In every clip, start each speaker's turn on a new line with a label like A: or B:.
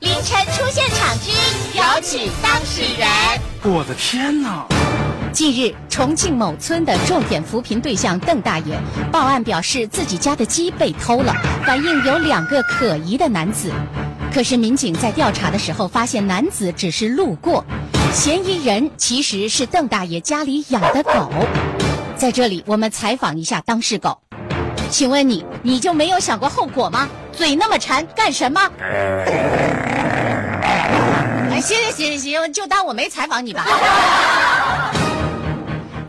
A: 晨出现场之有请当事人。
B: 我的天哪！
C: 近日，重庆某村的重点扶贫对象邓大爷报案表示，自己家的鸡被偷了，反映有两个可疑的男子。可是民警在调查的时候发现，男子只是路过，嫌疑人其实是邓大爷家里养的狗。在这里，我们采访一下当事狗，请问你，你就没有想过后果吗？嘴那么馋，干什么？哎，行行行行行，就当我没采访你吧。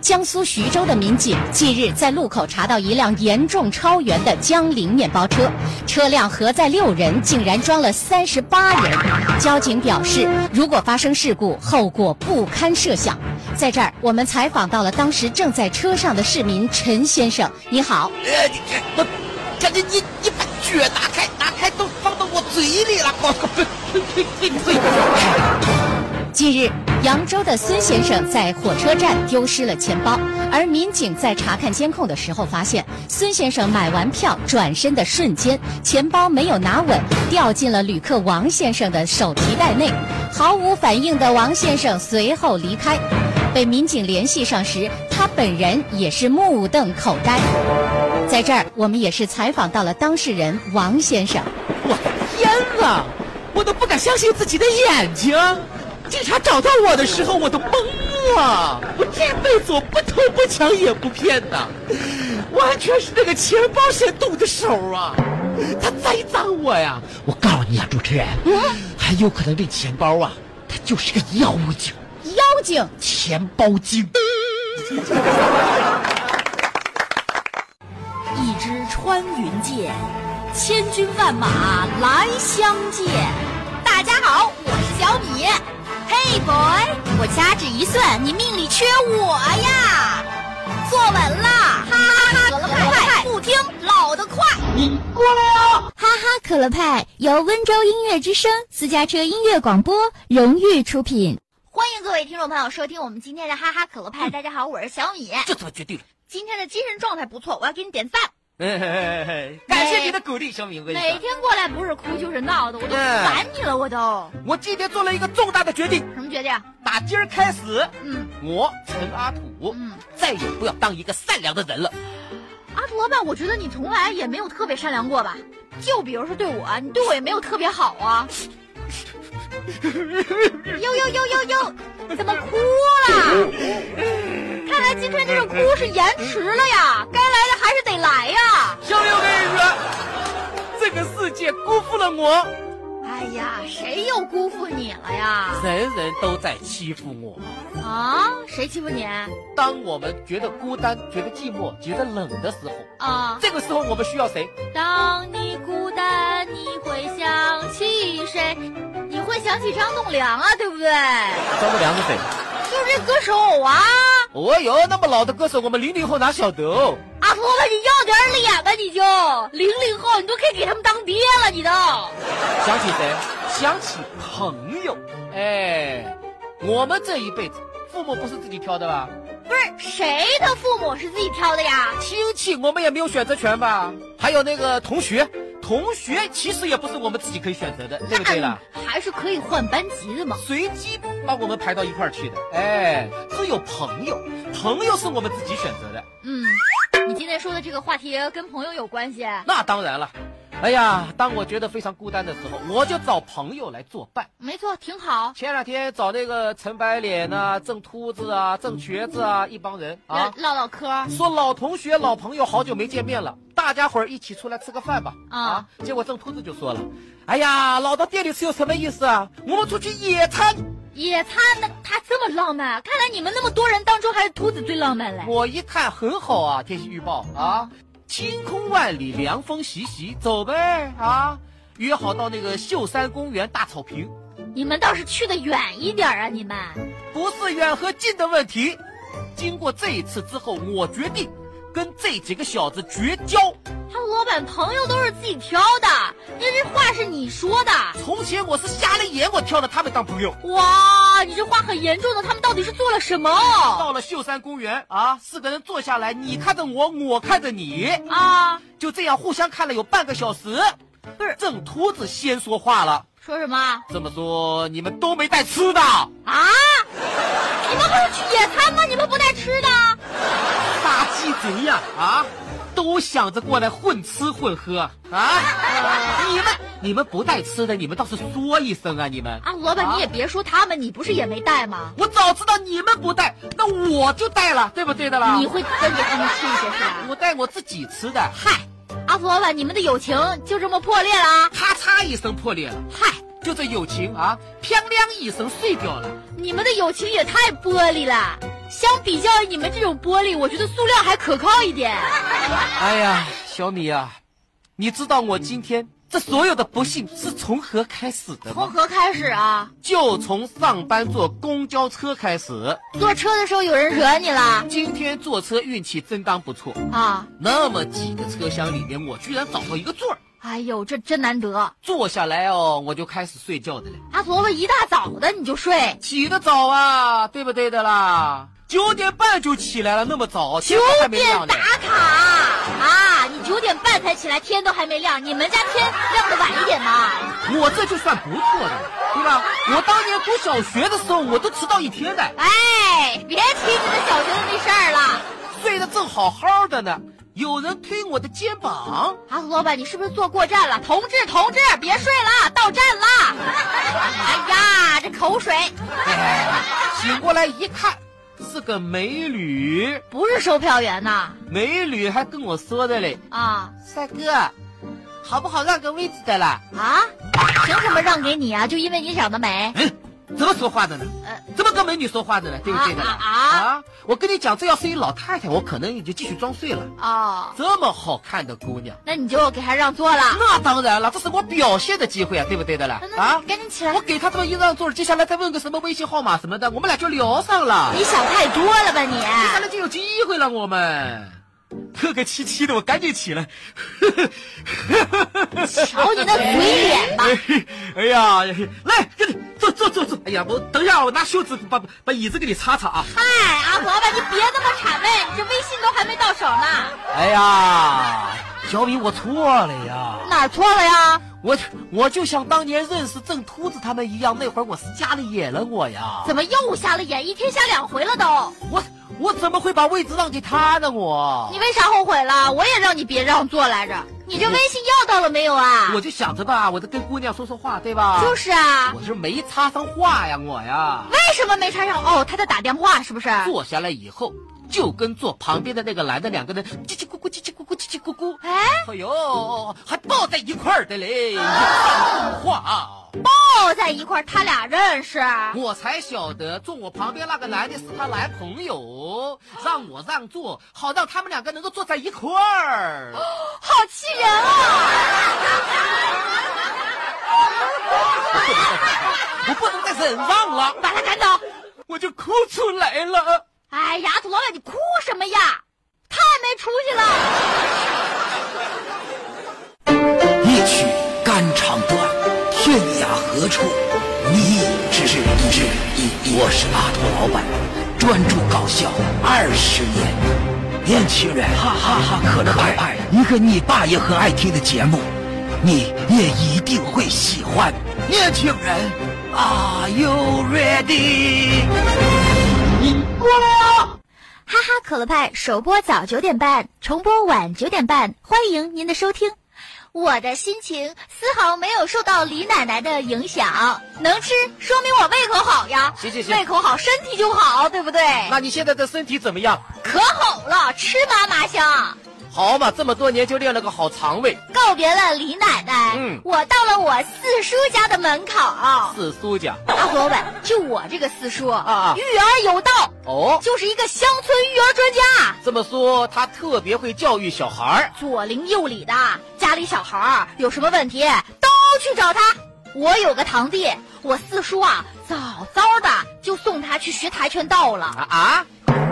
C: 江苏徐州的民警近日在路口查到一辆严重超员的江铃面包车，车辆核载六人，竟然装了三十八人。交警表示，如果发生事故，后果不堪设想。在这儿，我们采访到了当时正在车上的市民陈先生，你好。
D: 呃，你看我，赶紧你你把脚打开，打开都放到我嘴里了，我呸呸呸呸呸！
C: 近日，扬州的孙先生在火车站丢失了钱包，而民警在查看监控的时候发现，孙先生买完票转身的瞬间，钱包没有拿稳，掉进了旅客王先生的手提袋内。毫无反应的王先生随后离开。被民警联系上时，他本人也是目瞪口呆。在这儿，我们也是采访到了当事人王先生。
D: 我的天哪，我都不敢相信自己的眼睛。警察找到我的时候，我都懵了。我这辈子我不偷不抢也不骗的，完全是那个钱包先动的手啊！他栽赃我呀！我告诉你啊，主持人，很有可能这钱包啊，它就是个妖精，
C: 妖精，
D: 钱包精。
E: 一支穿云箭，千军万马来相见。
A: 大家好，我是小米。Hey boy，我掐指一算，你命里缺我呀！坐稳了，哈哈可乐派不听老的快，
D: 你过来啊！
F: 哈哈可乐派由温州音乐之声私家车音乐广播荣誉出品。
A: 欢迎各位听众朋友收听我们今天的哈哈可乐派。大家好，我是小米。
D: 这他妈绝对了！
A: 今天的精神状态不错，我要给你点赞。
D: 哎哎哎哎感谢你的鼓励，小米。我跟你
A: 每
D: 说，
A: 天过来不是哭就是闹的，我都
D: 嗯
A: 烦你了，我都。
D: 我今天做了一个重大的决定，
A: 什么决定？
D: 打今儿开始，
A: 嗯，
D: 我陈阿土，
A: 嗯
D: 再也不要当一个善良的人了。
A: 阿土老板，我觉得你从来也没有特别善良过吧？就比如说对我，你对我也没有特别好啊。呦呦呦呦呦，怎么哭了？看来今天这个哭是延迟了呀，该来的还是得来呀。
D: 小米，我跟你说，这个世界辜负了我，
A: 哎呀，谁又辜负你了呀？
D: 人人都在欺负我。
A: 啊，谁欺负你？
D: 当我们觉得孤单、觉得寂寞、觉得冷的时候，
A: 啊，
D: 这个时候我们需要谁？
A: 当你孤单，你会想起谁？你会想起张栋梁啊，对不对？
D: 张国良是谁？
A: 就是这歌手啊！
D: 哦哟，那么老的歌手，我们零零后哪晓得哦？
A: 阿婆吧，你要点脸吧，你就零零后，你都可以给他们当爹了，你都。
D: 想起谁？想起朋友。哎，我们这一辈子，父母不是自己挑的吧？
A: 不是谁的父母是自己挑的呀？
D: 亲戚我们也没有选择权吧？还有那个同学，同学其实也不是我们自己可以选择的，对不对啦？
A: 嗯还是可以换班级的嘛。
D: 随机把我们排到一块儿去的。哎，只有朋友，朋友是我们自己选择的。
A: 嗯，你今天说的这个话题跟朋友有关系。
D: 那当然了。哎呀，当我觉得非常孤单的时候，我就找朋友来作伴。
A: 没错，挺好。
D: 前两天找那个陈白脸啊、郑秃子啊、郑瘸子啊一帮人
A: 唠
D: 啊，
A: 唠唠嗑儿，
D: 说老同学、老朋友好久没见面了，大家伙儿一起出来吃个饭吧。
A: 啊
D: 啊，结果郑秃子就说了：“哎呀，老到店里吃有什么意思啊？我们出去野餐。
A: 野餐的他这么浪漫，啊看来你们那么多人当中还是秃子最浪漫嘞”。
D: 我一看很好啊，天气预报啊，晴空万里，凉风习习，走呗啊！约好到那个秀山公园大草坪，
A: 你们倒是去的远一点儿啊，你们。
D: 不是远和近的问题。经过这一次之后，我决定跟这几个小子绝交。
A: 他老板朋友都是自己挑的，那这话是你说的。
D: 从前我是瞎了眼，我挑了他们当朋友。
A: 哇，你这话很严重的，他们到底是做了什么？
D: 到了秀山公园啊，四个人坐下来，你看着我，我看着你，
A: 啊，
D: 就这样互相看了有半个小时。
A: 不是
D: 郑秃子先说话了，
A: 说什么啊？
D: 这么说你们都没带吃的？
A: 你们不是去野餐吗？你们不带吃的？
D: 大鸡贼呀、啊！都想着过来混吃混喝啊！ 你们你们不带吃的，你们倒是说一声啊！你们
A: 啊，老板，你也别说他们，你不是也没带吗？
D: 我早知道你们不带，那我就带了，对不对的啦？
A: 你会跟着他们去这是？
D: 我带我自己吃的，
A: 啊嗨，阿福老板，你们的友情就这么破裂啦？
D: 咔嚓一声破裂了，
A: 嗨，
D: 就这友情啊，啪亮一声碎掉了。
A: 你们的友情也太玻璃了。相比较你们这种玻璃，我觉得塑料还可靠一点。
D: 哎呀，小米呀、你知道我今天这所有的不幸是从何开始的
A: 从
D: 吗？
A: 何开始啊？
D: 就从上班坐公交车开始。
A: 坐车的时候有人惹你了
D: 今天坐车运气真当不错，
A: 啊？
D: 那么挤的车厢里面，我居然找到一个座儿，
A: 哎呦，这真难得！
D: 坐下来哦，我就开始睡觉的了。
A: 阿伯伯一大早的你就睡，
D: 起得早啊，对不对的啦？九点半就起来了，那么早，天都还没亮
A: 点
D: 呢
A: 打。卡啊！你九点半才起来，天都还没亮，你们家天亮的晚一点嘛？
D: 我这就算不错的了，对吧？我当年读小学的时候，我都迟到一天的，
A: 哎，别提你们小学的那事儿了。
D: 睡得正好好的呢。有人推我的肩膀，
A: 阿福老板，你是不是坐过站了？同志，同志，别睡了，到站啦！哎呀，这口水
D: 醒过来一看，是个美女，
A: 不是售票员呐！
D: 美女还跟我说的嘞，
A: 啊
D: 帅哥，好不好让个位置的啦？
A: 啊，凭什么让给你啊？就因为你长得美？
D: 嗯，怎么说话的呢？
A: 呃
D: 怎么跟美女说话的呢？对不对的啦？
A: 啊啊
D: 我跟你讲，这要是一老太太，我可能也就继续装睡了。
A: 哦，
D: 这么好看的姑娘，
A: 那你就给他让座了。
D: 那当然了，这是我表现的机会啊，对不对的啦
A: 啊那？那
D: 啊
A: 你，赶紧起来
D: 我！给她这么一让座，接下来再问个什么微信号码什么的，我们俩就聊上了，
A: 你想太多了吧你？
D: 接下来就有机会了，我们。客客气气的，我赶紧起 来。
A: 瞧你那嘴脸吧！
D: 哎哎呀，来，跟你坐坐坐坐。哎呀，我等一下，我拿袖子把把椅子给你擦擦啊。
A: 嗨，阿福老板，你别那么谄媚，你这微信都还没到手呢。
D: 哎呀，小米，我错了呀！
A: 哪儿错了呀？
D: 我我就像当年认识郑秃子他们一样，那会儿我是瞎了眼了我呀！
A: 怎么又瞎了眼？一天瞎两回了都。
D: 我我怎么会把位置让给他呢？我
A: 你为啥后悔了？我也让你别让座来着。你这微信要到了没有啊？
D: 我就想着吧，我得跟姑娘说说话，对吧？
A: 就是啊，
D: 我是没插上话呀，我呀。
A: 为什么没插上？哦，他在打电话是不是？
D: 坐下来以后，就跟坐旁边的那个男的两个人叽叽咕咕叽叽咕咕叽叽咕咕，
A: 哎，
D: 哎呦，还抱在一块儿的嘞，上话。啊
A: 抱在一块儿，他俩认识。
D: 我才晓得坐我旁边那个男的是他男朋友，让我让座，好让他们两个能够坐在一块儿。
A: 好气人啊！
D: 我不能再忍让了，
A: 把他赶走。
D: 我就哭出来了。
A: 哎呀，土老板，你哭什么呀？太没出息了！
B: 一曲肝肠断，天涯何处觅知音？我是阿土老板，专注搞笑二十年。年轻人，哈哈哈可乐派，一个你大爷很爱听的节目，你也一定会喜欢。年轻人，Are you ready？
F: 哈哈可乐派首播早九点半，重播晚九点半，欢迎您的收听。
A: 我的心情丝毫没有受到李奶奶的影响，能吃说明我胃口好呀。
D: 行行行
A: 胃口好，身体就好，对不对？
D: 那你现在的身体怎么样？
A: 可好了，吃嘛嘛香。
D: 好嘛，这么多年就练了个好肠胃。
A: 告别了李奶奶，
D: 嗯
A: 我到了我四叔家的门口。阿
D: 四叔家
A: 胡老板，就我这个四叔，
D: 啊啊
A: 育儿有道，
D: 哦，
A: 就是一个乡村育儿专家，
D: 这么说他特别会教育小孩儿。
A: 左邻右里的家里小孩儿有什么问题都去找他。我有个堂弟，我四叔啊，早早的就送他去学跆拳道了。
D: 啊啊！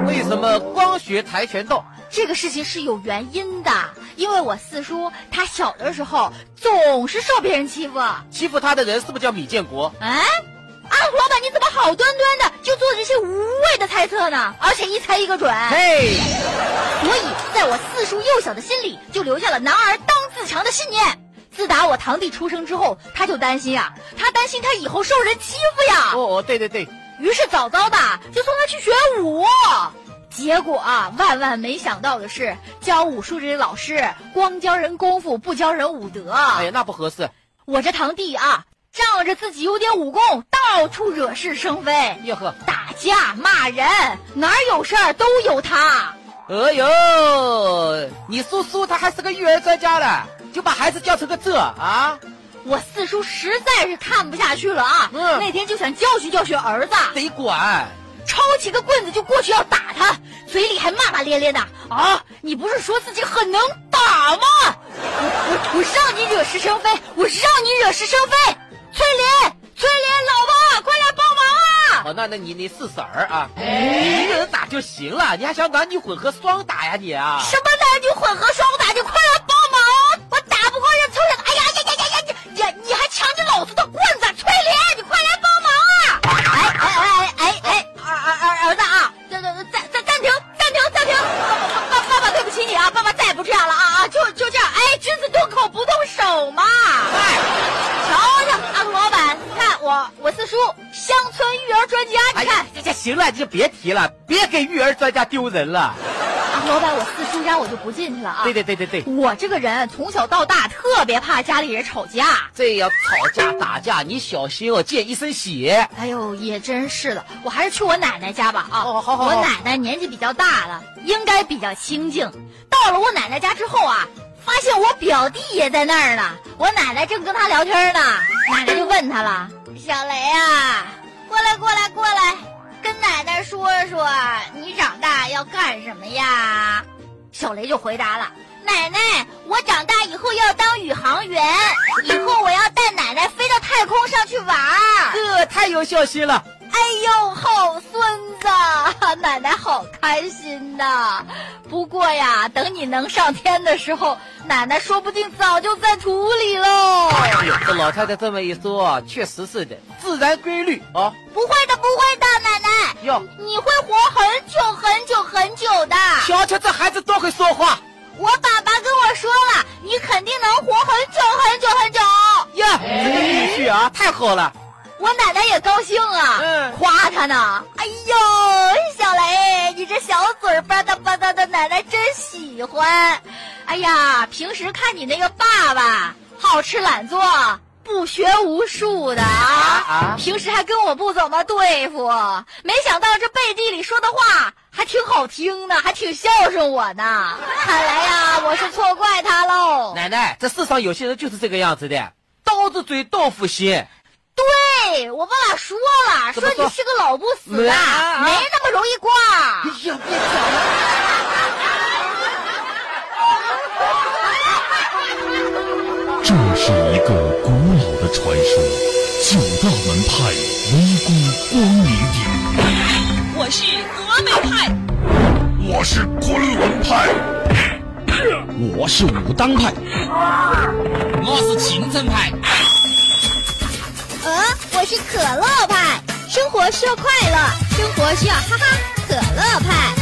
D: 为什么光学跆拳道？
A: 这个事情是有原因的，因为我四叔他小的时候总是受别人欺负。
D: 欺负他的人是不是叫米建国？
A: 哎，啊，老板，你怎么好端端的就做这些无谓的猜测呢？而且一猜一个准，
D: 嘿，
A: 所以在我四叔幼小的心里就留下了“男儿当自强”的信念。自打我堂弟出生之后，他就担心啊，他担心他以后受人欺负呀，
D: 哦哦，对对对，
A: 于是早早的就送他去学武。结果啊，万万没想到的是，教武术这些老师光教人功夫，不教人武德。
D: 哎呀，那不合适。
A: 我这堂弟啊，仗着自己有点武功，到处惹是生非，
D: 哟呵，
A: 打架骂人，哪儿有事儿都有他。
D: 哎呦，你叔叔他还是个育儿专家了，就把孩子教成个这啊？
A: 我四叔实在是看不下去了啊，
D: 嗯
A: 那天就想教训教训儿子，
D: 得管。
A: 抄起个棍子就过去要打他，嘴里还骂骂咧咧的啊！你不是说自己很能打吗？我我我让你惹是生非，我让你惹是生非！翠莲，翠莲，老婆，快来帮忙啊！
D: 哦，那那你你四婶儿啊，你一个人打就行了，你还想男女混合双打呀你啊？
A: 什么男女混合双打，你快来帮忙！哦我打不过这翠莲，哎呀呀呀呀呀！你你你还抢着老子的棍子，翠莲，你快来帮忙啊！哎哎哎哎哎哎，儿儿儿儿子啊，暂暂暂暂暂停暂停暂停！爸爸爸爸，对不起你啊，爸爸再也不这样了啊啊！就就这样，哎，君子动口不动手嘛。哎瞧瞧，阿杜老板，你看我我四叔，乡村育儿专家，
D: 哎
A: 你看
D: 呀，这这行了，你就别提了，别给育儿专家丢人了。
A: 阿杜老板，我四叔家我就不进去了啊。
D: 对对对对对，
A: 我这个人从小到大特别怕家里人吵架，
D: 这要吵架打架，你小心哦，溅一身血。
A: 哎呦，也真是的，我还是去我奶奶家吧啊！
D: 哦好好好
A: 我奶奶年纪比较大了，应该比较清静。到了我奶奶家之后啊，发现我表弟也在那儿呢，我奶奶正跟他聊天呢，奶奶就问他了：“小雷啊，过来过来过来，跟奶奶说说你长大要干什么呀？”小雷就回答了：“奶奶，我长大以后要当宇航员，以后我要带奶奶飞到太空上去玩儿。”
D: 这太有孝心了。
A: 哎呦，好孙子， 奶奶好开心呐！不过呀，等你能上天的时候，奶奶说不定早就在土里喽。
D: 哎呦，这老太太这么一说，确实是的，自然规律啊。
A: 不会的，不会的，奶奶，
D: 哟，
A: 你会活很久很久很久的。
D: 瞧瞧这孩子多会说话
A: 我爸爸跟我说了，你肯定能活很久很久很久。
D: 呀！这个女婿啊，太好了。
A: 我奶奶也高兴啊，
D: 嗯
A: 夸他呢。哎呦，小雷，你这小嘴儿吧嗒吧嗒的，奶奶真喜欢。哎呀，平时看你那个爸爸好吃懒做，不学无术的啊
D: 啊，
A: 平时还跟我不怎么对付，没想到这背地里说的话还挺好听呢，还挺孝顺 我呢。看来呀，我是错怪他喽。
D: 奶奶，这世上有些人就是这个样子的，刀子嘴豆腐心。
A: 对，哎我爸爸说了，
D: 怎
A: 说
D: 么
A: 你
D: 说
A: 是个老不死的，
D: 啊啊嗯啊
A: 没那么容易挂。
D: 呀，别讲了。
G: 这是一个古老的传说，九大门派尼姑光明顶，
E: 我是峨眉派，
G: 我是昆仑派，我是武当派，
B: 我是秦正派，
F: 呃，
A: 嗯
F: 我是可乐派，生活需要快乐，生活需要哈哈可乐派。